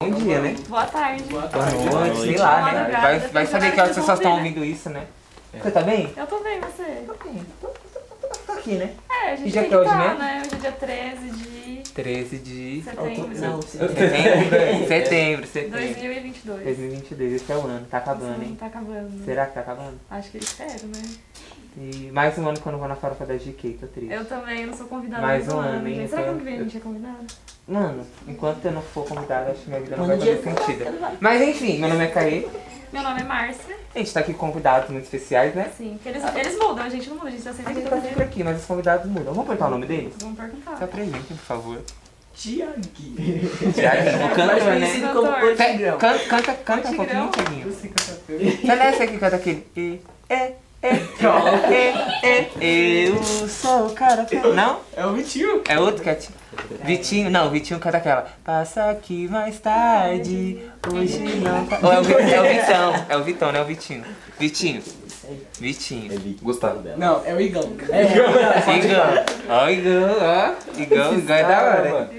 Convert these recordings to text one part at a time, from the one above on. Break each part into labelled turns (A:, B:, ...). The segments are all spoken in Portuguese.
A: Bom dia, né?
B: Boa tarde. Boa
A: Boa noite,
C: noite.
A: sei lá, né?
B: Madrugada,
A: Vai,
B: porque
A: vai saber que horas
B: vocês
A: vocês
B: vão
A: estão
B: ouvir,
A: ouvindo isso, né? Você tá bem?
B: Eu tô bem, você?
A: Tô bem. Tô, tô- tô- tô aqui, né?
B: É, a gente
A: dia
B: tem
A: que é hoje,
B: tá,
A: né?
B: Hoje é dia 13 de
A: 13 de
B: setembro
C: Não,
B: de
A: setembro, setembro, setembro.
B: 2022.
A: 2022, esse é o ano, tá acabando,
B: Sim,
A: hein?
B: tá acabando.
A: Será que tá acabando?
B: Acho que espero, né?
A: E mais um ano que eu não vou na farofa da GK, tô triste.
B: Eu também não sou convidada
A: Mais
B: do
A: um ano, hein?
B: gente. Será que ano que vem a
A: Eu-
B: gente é convidado?
A: Mano, enquanto eu não for convidada, acho que minha vida não
C: Mano,
A: vai fazer
C: dia-
A: sentido. Mas enfim, meu nome é Caí.
B: Meu nome é Márcia.
A: A gente tá aqui com convidados muito especiais, né?
B: Sim, porque eles, eles mudam, a gente não muda, a gente tá
A: A
B: sempre aqui
A: gente tá
B: todo
A: sempre Tá
B: dia.
A: aqui, mas os convidados mudam. Vamos perguntar o nome deles?
B: Vamos perguntar.
A: Se apresentem, por favor.
C: Tiaguinho.
A: Tiaguinho, cantor, né?
C: conhecido como
B: Cantor.
C: o Tigrão.
A: Canta, canta, canta um pouquinho,
B: Tigrão.
A: Tiaguinho.
C: Você canta pelo-
A: Você não é esse aqui que canta aquele. E, é, é, é, é, eu sou o cara. que- Não?
C: É o Vitinho.
A: É outro que é. ti- Vitinho, não, Vitinho canta aquela. Passa aqui mais tarde, hoje não. tá- Ou é o, Vi- é o Vitão, é o Vitão, não é o Vitinho. Vitinho. Vitinho.
D: Gostava dela.
C: Não, é o Igão. É o Igão.
A: Igão. Ó, o Igão, ó. Igão, Igão é da
B: né?
A: hora.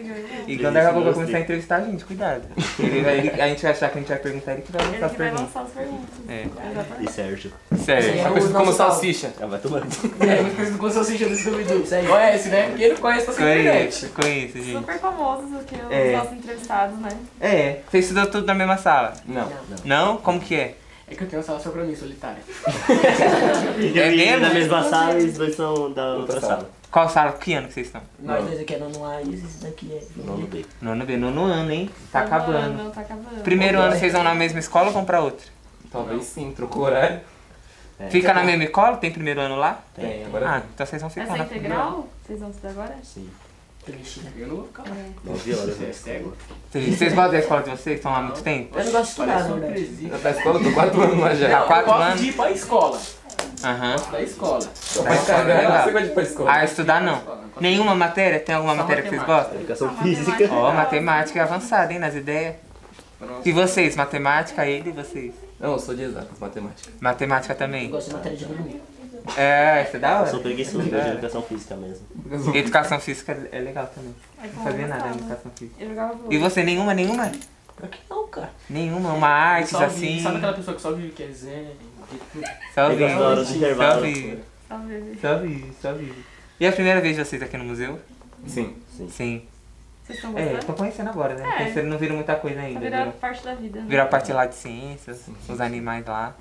B: Ele
A: Igão daqui a pouco vai começar a entrevistar a gente, cuidado. Ele vai- ele- a gente vai achar que a gente vai perguntar ele que vai lançar as
B: que vai
A: perguntas.
B: lançar as perguntas.
A: É.
B: Exatamente.
D: E Sérgio.
A: Sério,
C: Sim,
A: uma
C: é o
A: pessoa como
C: nosso Paulo.
A: salsicha.
D: Ah, vai tomando.
C: É muito parecido com o Salsicha do Scooby-Doo. Conhece, né? Quem não conhece tá sem internet.
A: Conheço, conheço, gente.
B: Super famosos aqui, os
A: É.
B: nossos entrevistados, né?
A: É, você estudou tudo na mesma sala?
D: Não.
A: Não? Como que é?
C: É que eu tenho uma sala só pra mim, solitária.
A: É mesmo?
D: da mesma sala e os dois são da outra sala.
A: Qual sala? Que ano que vocês estão?
E: Nós
D: Não.
C: né,
E: dois aqui é nono A e esse daqui é.
D: Não, não dei.
A: Nono B, nono ano, hein? Tá
B: Nono
A: acabando.
B: ano, Tá acabando.
A: Primeiro ano vocês vão na mesma escola ou vão pra outra?
F: Talvez sim, trocou horário.
D: É.
A: Fica na mesma escola? Tem primeiro ano lá?
F: Tem, agora
A: Ah,
F: tem.
A: então vocês vão ficar
B: Essa é
A: na
B: integral, vocês vão estudar agora?
D: Sim.
E: Triste, né?
C: Eu não vou ficar lá.
D: 9 horas.
C: Você é
D: né?
C: cego?
A: Vocês vocês gostam da escola de vocês? Estão lá há muito tempo?
E: Eu não gosto de estudar,
C: Parece
E: na
C: um
E: verdade.
C: presídio.
F: Da tá escola, tô quatro anos lá
A: Tá
F: já.
C: Eu
A: quatro
C: gosto
A: anos?
C: de ir pra escola.
A: Aham.
C: Da escola. né?
A: Tá
F: Mas cara,
A: legal.
F: você gosta de ir pra escola.
A: Ah, estudar não. Nenhuma matéria? Tem alguma
C: Só
A: matéria que vocês
C: matemática.
A: gostam?
D: Educação
B: Ah,
D: física.
B: matemática.
A: Ó, matemática é avançada, hein, nas ideias. E vocês? Matemática, ele e vocês?
F: Não, Ah, eu sou de exatas, matemática.
A: Matemática
E: Eu
A: também?
E: gosto de matéria de economia.
A: É, isso é da
D: Eu
A: hora.
D: sou preguiçoso, eu gosto de educação física mesmo.
A: E Educação física é legal também.
B: É bom,
A: Não sabia nada
B: gostava.
A: de educação física.
B: Eu jogava
A: E
B: vôlei.
A: você, nenhuma, nenhuma?
E: Por que não, cara?
A: Nenhuma, uma arte
C: Só vive-
A: assim.
C: Sabe aquela pessoa que é só vive quer dizer?
A: Só
D: Tem
A: vive,
D: as horas de
A: só
D: intervalo.
A: vive,
B: Talvez.
A: só vive, só vive. E é a primeira vez de vocês aqui no museu?
F: Sim.
D: Sim.
A: Sim.
B: Vocês estão
A: É,
B: gostando?
A: tô conhecendo agora, né?
B: É.
A: Conhecendo não viram muita coisa
B: Tá
A: ainda.
B: virando
A: Viram,
B: parte da vida, né?
A: viram a parte lá de ciências, os animais lá.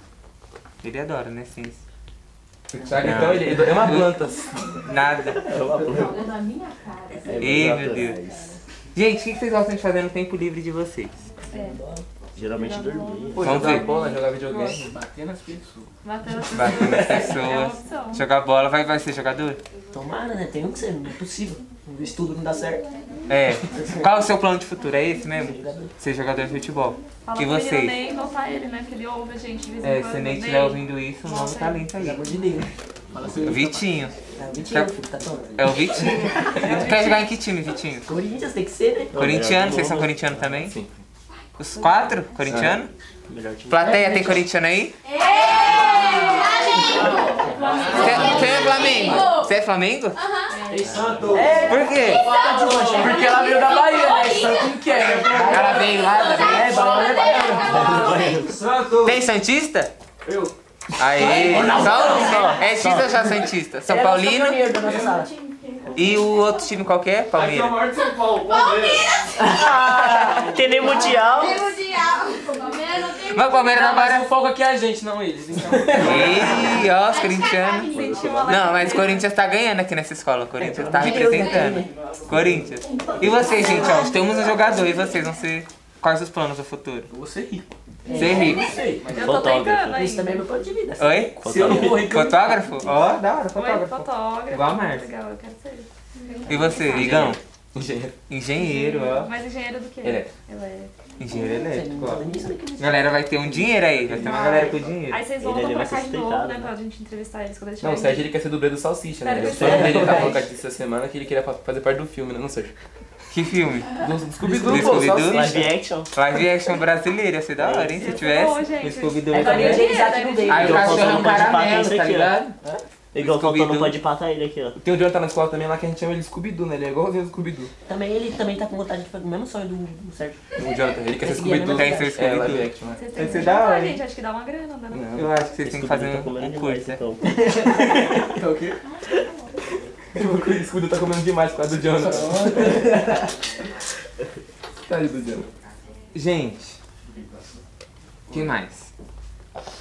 A: Ele adora, né, ciência?
F: O Thiago, então, ele, ele é uma planta.
A: Nada.
D: É uma planta.
B: Na minha cara.
D: É
A: Ih,
D: meus
A: meu Deus.
D: naturais.
A: Gente, o que vocês gostam de fazer no tempo livre de vocês?
B: É.
D: Geralmente dormia.
F: Pô,
A: Vamos
F: jogar
A: ver.
F: bola, jogar videogame.
C: Bater nas pessoas.
B: Matando as
A: Bater nas
B: pessoas. É uma
A: pessoas,
B: opção.
A: jogar bola, vai, vai ser jogador?
E: Tomara, né? Tem um que ser, não é possível. O estudo não dá certo.
A: É. Qual é o seu plano de futuro? É esse mesmo? Ser jogador de futebol.
B: Fala
A: E
B: pro menino
A: vocês?
B: Ney voltar ele, né? Porque ele ouve a gente de vez em
A: É,
B: quando.
A: se nem
B: Ney.
A: estiver ouvindo isso, um novo
B: Nossa,
A: talento aí.
E: Pelo amor de Deus.
C: Fala assim,
A: Vitinho.
E: É o Vitinho, filho, tá tomando.
A: É o Vitinho. Tu quer jogar em que time, Vitinho?
E: Corinthians tem que ser, né?
A: Corintiano, vocês são
D: Melhor
A: corintiano também?
F: Sim.
A: Os quatro? Corintiano?
D: time- Melhor time.
A: Plateia tem corintiano aí? Você é- Você é Flamengo? Você é Flamengo? Por quê?
C: Porque ela veio da Bahia, né? Sabe quem que é, né?
A: O cara veio lá também.
C: É, Bahia é baiana.
A: Tem Santista?
C: Eu.
A: Aí, só um só. É X ou já Santista?
E: É
A: é São Paulino
E: Ele da nossa sala.
A: e o outro time qualquer? Palmeiras.
C: é maior de São Paulo.
D: Tem nem mundial.
E: É
B: Tá É,
A: Mas o Palmeiras
C: Não, mas o
A: agora.
C: foco aqui é a gente, não eles. Então,
A: Ih, ó, os corintianos.
B: Sentiu uma
A: Não, mas o Corinthians tá ganhando aqui nessa escola. O Corinthians tá
C: né?
A: representando. Corinthians. E vocês, gente, ó, temos um jogador e vocês vão ser. Quais os planos do futuro?
C: eu vou ser rico.
A: Ser rico.
B: Eu tô tentando
D: Fotógrafo.
B: ainda.
E: Isso também é meu ponto de vida.
A: Oi?
C: Se eu não for rico, eu não
A: Fotógrafo? Ó, da hora,
B: Oi,
A: fotógrafo.
B: fotógrafo.
A: Igual a Márcia.
B: Legal, eu quero ser. Uhum.
A: E você, Igão?
F: Engenheiro.
A: Engenheiro, ó.
B: Mas engenheiro do quê?
F: Elétrico.
B: Ele é.
A: Engenheiro
E: Você não
A: elétrico,
E: fala
A: ó.
E: nisso, né? que você-
A: Galera, vai ter um dinheiro aí. Vai ter uma galera com dinheiro.
B: Aí vocês voltam
D: Ele
B: pra
D: vai
B: cá
D: ser
B: de novo,
D: suspeitado,
B: né?
D: né?
B: Pra gente entrevistar eles quando eles
F: Não, o
B: estiverem
F: Sérgio ele quer ser dublê do Salsicha, né?
B: Sério?
F: O sonho dele tá falando com a gente essa semana que ele queria fa- fazer parte do filme, né? Não, Sérgio.
A: Que filme?
C: Do Scooby-Doo,
A: Do
C: pô, só
A: Scooby-Doo?
C: assiste.
D: Live action.
A: Live action brasileira, ia ser da hora, hein? Se
B: Bom,
A: tivesse.
B: gente.
A: o Scooby-Doo
E: É,
A: também.
E: Maria de Isaac
B: né,
E: não veio.
A: Aí o
D: Eu
A: cachorro é
D: posso
A: um
D: não pode parar
A: caramelo,
D: isso
A: tá
D: aqui, ó. É
A: ligado?
D: Igual faltou
A: Scooby-Doo.
D: no pode patar ele aqui, ó.
F: Tem o Jonathan na escola também lá que a gente chama ele de Scooby-Doo, né? Ele é igualzinho o Scooby-Doo.
E: Também ele também tá com vontade de fazer o mesmo sonho do, do Sérgio.
F: O Jonathan, ele quer ser
E: Esse guia
F: Scooby-Doo.
E: não é
A: Tem seu
F: É, live
A: Scooby-Doo.
F: action, né?
B: Vocês têm
A: Esse
B: que
A: é da
B: jantar,
A: hora, hein?
B: gente. Acho que dá uma grana, né? não?
F: Eu acho que vocês têm que fazer um um curso, né?
D: então.
A: é.
C: Tá ok?
F: O Scooby-Doo tá comendo demais por causa do Jonathan. Tá do Jonathan. Gente,
A: que mais?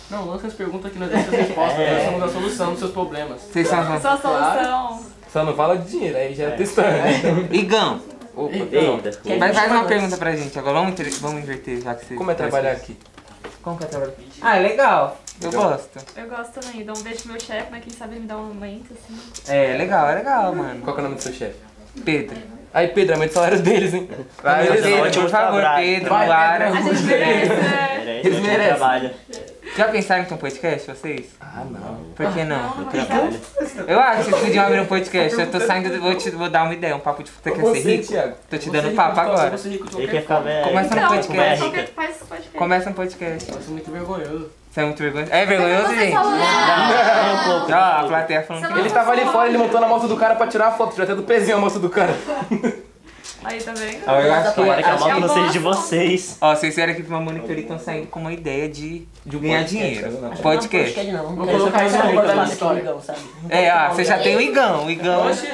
C: Não, lança as perguntas que nós temos as respostas,
A: É.
C: nós somos a solução dos seus problemas.
A: Vocês são as
B: Sua solução.
F: só não fala de dinheiro, aí já é
D: É.
F: testando. né?
A: Igão,
D: Eita.
E: Quer
A: mas faz
E: chamar
A: uma
E: nós.
A: pergunta pra gente agora. Vamos, inter- vamos inverter já que vocês.
F: Como é trabalhar aqui?
A: Como que é trabalhar? Ah, é legal. Eu
F: Legal.
A: gosto.
B: Eu gosto também. Dou um beijo pro meu chefe, mas quem sabe me dá um aumento, assim.
A: É legal, é legal, mano.
F: Qual que é o nome do seu chefe?
A: Pedro.
F: Aí, Pedro, aumenta o salário deles, hein?
A: Vai,
D: Nossa,
A: Pedro,
D: ótimo
A: por favor,
D: trabalho.
A: Pedro,
C: Vai,
A: Lara.
B: A gente merece, né?
D: Merece,
A: Eles
D: né?
A: merecem.
D: Trabalha.
A: Já pensaram em ter um podcast, vocês?
F: Ah, não.
A: Por que não?
B: Não, então,
D: Trabalha.
A: Eu acho que vocês podiam abrir um podcast. Eu tô saindo, vou te vou dar uma ideia, um papo de você quer ser rico?
F: Thiago.
A: Tô te
C: Você
A: dando
C: rico
A: papo
C: de qualquer-
A: agora.
C: Você rico de
D: Ele
C: qualquer
D: quer ficar
C: forma.
D: velho.
A: Começa no
B: Então,
A: podcast.
B: qualquer- Faz esse podcast.
A: Começa um podcast.
C: Nossa, muito vergonhoso.
A: Você é muito vergonhoso. É vergonhoso,
B: Vocês
A: gente?
B: falam,
D: É um pouco.
A: Ó, a plateia falando que
B: Você
F: Ele tava ali fora, ele montou na moto do cara pra tirar a foto, já até do pezinho a moto do cara.
B: Aí, tá vendo?
A: Ó, eu acho que.
D: Tomara que a
A: acho
D: moto
A: que-
D: não seja de vocês.
A: Ó, então vocês vieram aqui pra Monitor e estão saindo com uma ideia de,
F: De um
A: ganhar
F: podcast,
A: dinheiro.
F: não.
A: Um
E: Não,
A: podcast.
E: podcast não.
C: Vou
E: Quero só
C: colocar
E: fazer
C: isso
E: uma
C: no
E: pergunta
C: guardado
E: lá
C: histórico.
E: pro Igão, sabe?
A: É, ó, você já tem o Igão. O Igão.
C: Oxe.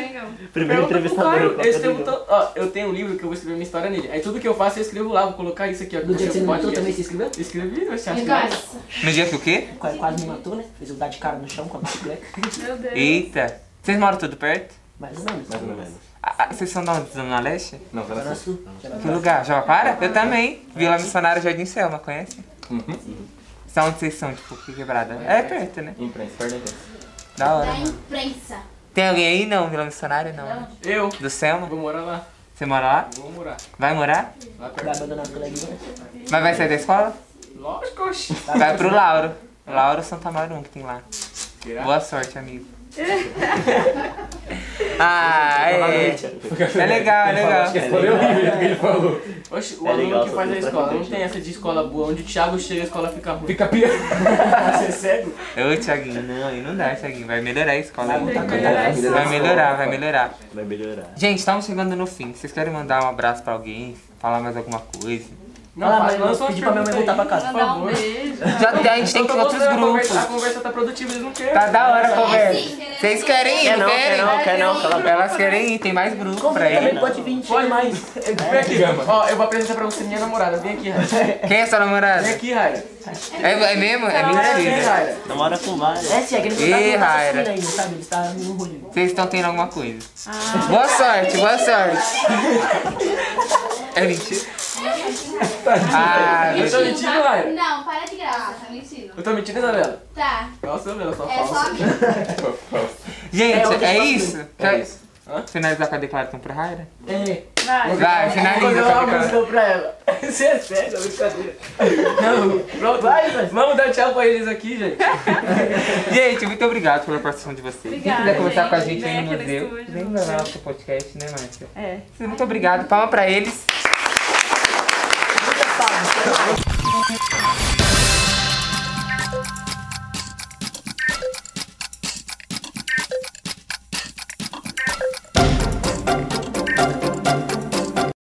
D: Primeiro entrevistador.
C: Eu escrevo to- ó, eu tenho um livro que eu vou escrever minha história nele. Aí tudo que eu faço eu escrevo lá, vou colocar isso aqui, ó.
E: No dia que você me matou também, você escreveu?
C: Escrevi, você acha
G: Guys,
A: No dia que o quê?
E: Quase, quase me matou, né? Fez eu dar de cara no chão com a bicicleta.
B: Meu Deus.
A: Eita. Vocês moram tudo perto?
E: Mais ou menos.
D: Mais ou menos.
A: Ah, ah, Vocês são da onde? Zona Leste?
F: Não,
E: Zona
F: pera
E: Sul. Zona
A: Que
E: Sul.
A: lugar? Jabaquara? Eu também. Vila Missionária Jardim Selma, conhece? São onde vocês são, tipo, que quebrada? É perto, né?
F: Imprensa, perda imprensa.
A: Da hora,
G: da
A: mano.
G: imprensa.
A: Tem alguém aí? Não, Vila Missionária não. né?
C: Eu
A: Do Selma?
C: vou morar lá. Ah,
A: Você mora lá?
C: Vou morar.
A: Vai morar?
C: Lá
E: Vai
C: perto.
E: abandonar o coleguinha.
A: Mas vai sair da escola?
C: Lógico, oxi.
A: Vai pro Lauro. Lauro Santa Marum que tem lá.
C: Será?
A: Boa sorte, amigo. ah, é. É legal, é legal.
F: Foi eu mesmo que ele falou.
C: Oxi, o
D: É
C: aluno
D: legal,
C: que
D: só
C: faz a
D: tem pra
A: né,
C: escola. Não
D: frente.
C: tem essa de escola boa. Onde o Thiago chega, a escola fica ruim.
F: Fica pior.
C: Você é cego?
A: Ô, Thiaguinho, não, aí não dá, Thiaguinho. Vai melhorar a escola.
B: Tem que
A: Vai
B: melhorar isso.
A: melhorar, vai melhorar.
D: Vai melhorar.
A: Gente, estamos chegando no fim. Vocês querem mandar um abraço pra alguém? Falar mais alguma coisa?
C: Não,
E: Fala,
C: faz-
E: mãe,
C: lança
E: Ah, eu
C: umas
E: pedi pra minha mãe voltar pra
C: perguntas
E: casa.
C: aí, por
B: Mandar um
C: favor.
B: beijo.
A: Já tem, a gente tem que ir em outros
C: mostrando, a
A: grupos.
C: conversa- A conversa tá produtiva, eles não querem.
A: Tá da hora a conversa.
G: Sim,
A: Vocês querem ir,
D: Quer
A: É não
D: não, quer
A: querem?
D: não, quer não. cala a boca.
A: Elas querem ir, tem mais grupo pra
E: Também
A: ir.
E: pode vir, chega
C: Pode
E: mais.
C: mais.
A: É,
C: Vem aqui, ó. Eu vou apresentar pra você minha namorada. Vem aqui, Raia.
A: Quem é sua namorada?
C: Vem aqui, Raia.
A: É, é mesmo? É
C: Vem,
A: mentira.
C: Raia.
D: Namora com várias.
E: É, se é que ele não tá
A: Ih,
E: com vontade de
A: Raira.
E: sair ainda, sabe? Ele está no rolê.
A: Vocês estão tendo alguma coisa.
B: Ah.
A: Boa sorte, boa sorte. É mentira? Ah,
C: Eu tô mentindo, Raia.
G: Não, para de graça, tá mentindo.
C: Eu tô mentindo, Isabela.
G: Tá,
C: Nossa, Isabela, só
G: é
C: falsa.
G: só mim.
A: gente, é isso?
F: É
A: Quer
F: isso.
A: finalizar com a declaração pra Raira?
C: É.
B: Vai.
A: Vai,
C: Vou
A: finaliza com
C: dar
A: a
C: uma
A: declaração.
C: música pra ela. Você é sério, é brincadeira. Não, pronto.
E: Vai, vai.
C: Vamos dar tchau pra eles aqui, gente.
A: Gente, muito obrigado pela participação de vocês. Quem
B: Obrigada,
A: quiser conversar com a
B: gente.
A: gente
B: Vem
A: aí no
B: aqui no
A: museu,
B: estúdio,
A: vem
B: no
A: lá
B: museu.
A: pro podcast, né, Márcia?
B: É.
A: Muito obrigado. Palma pra eles.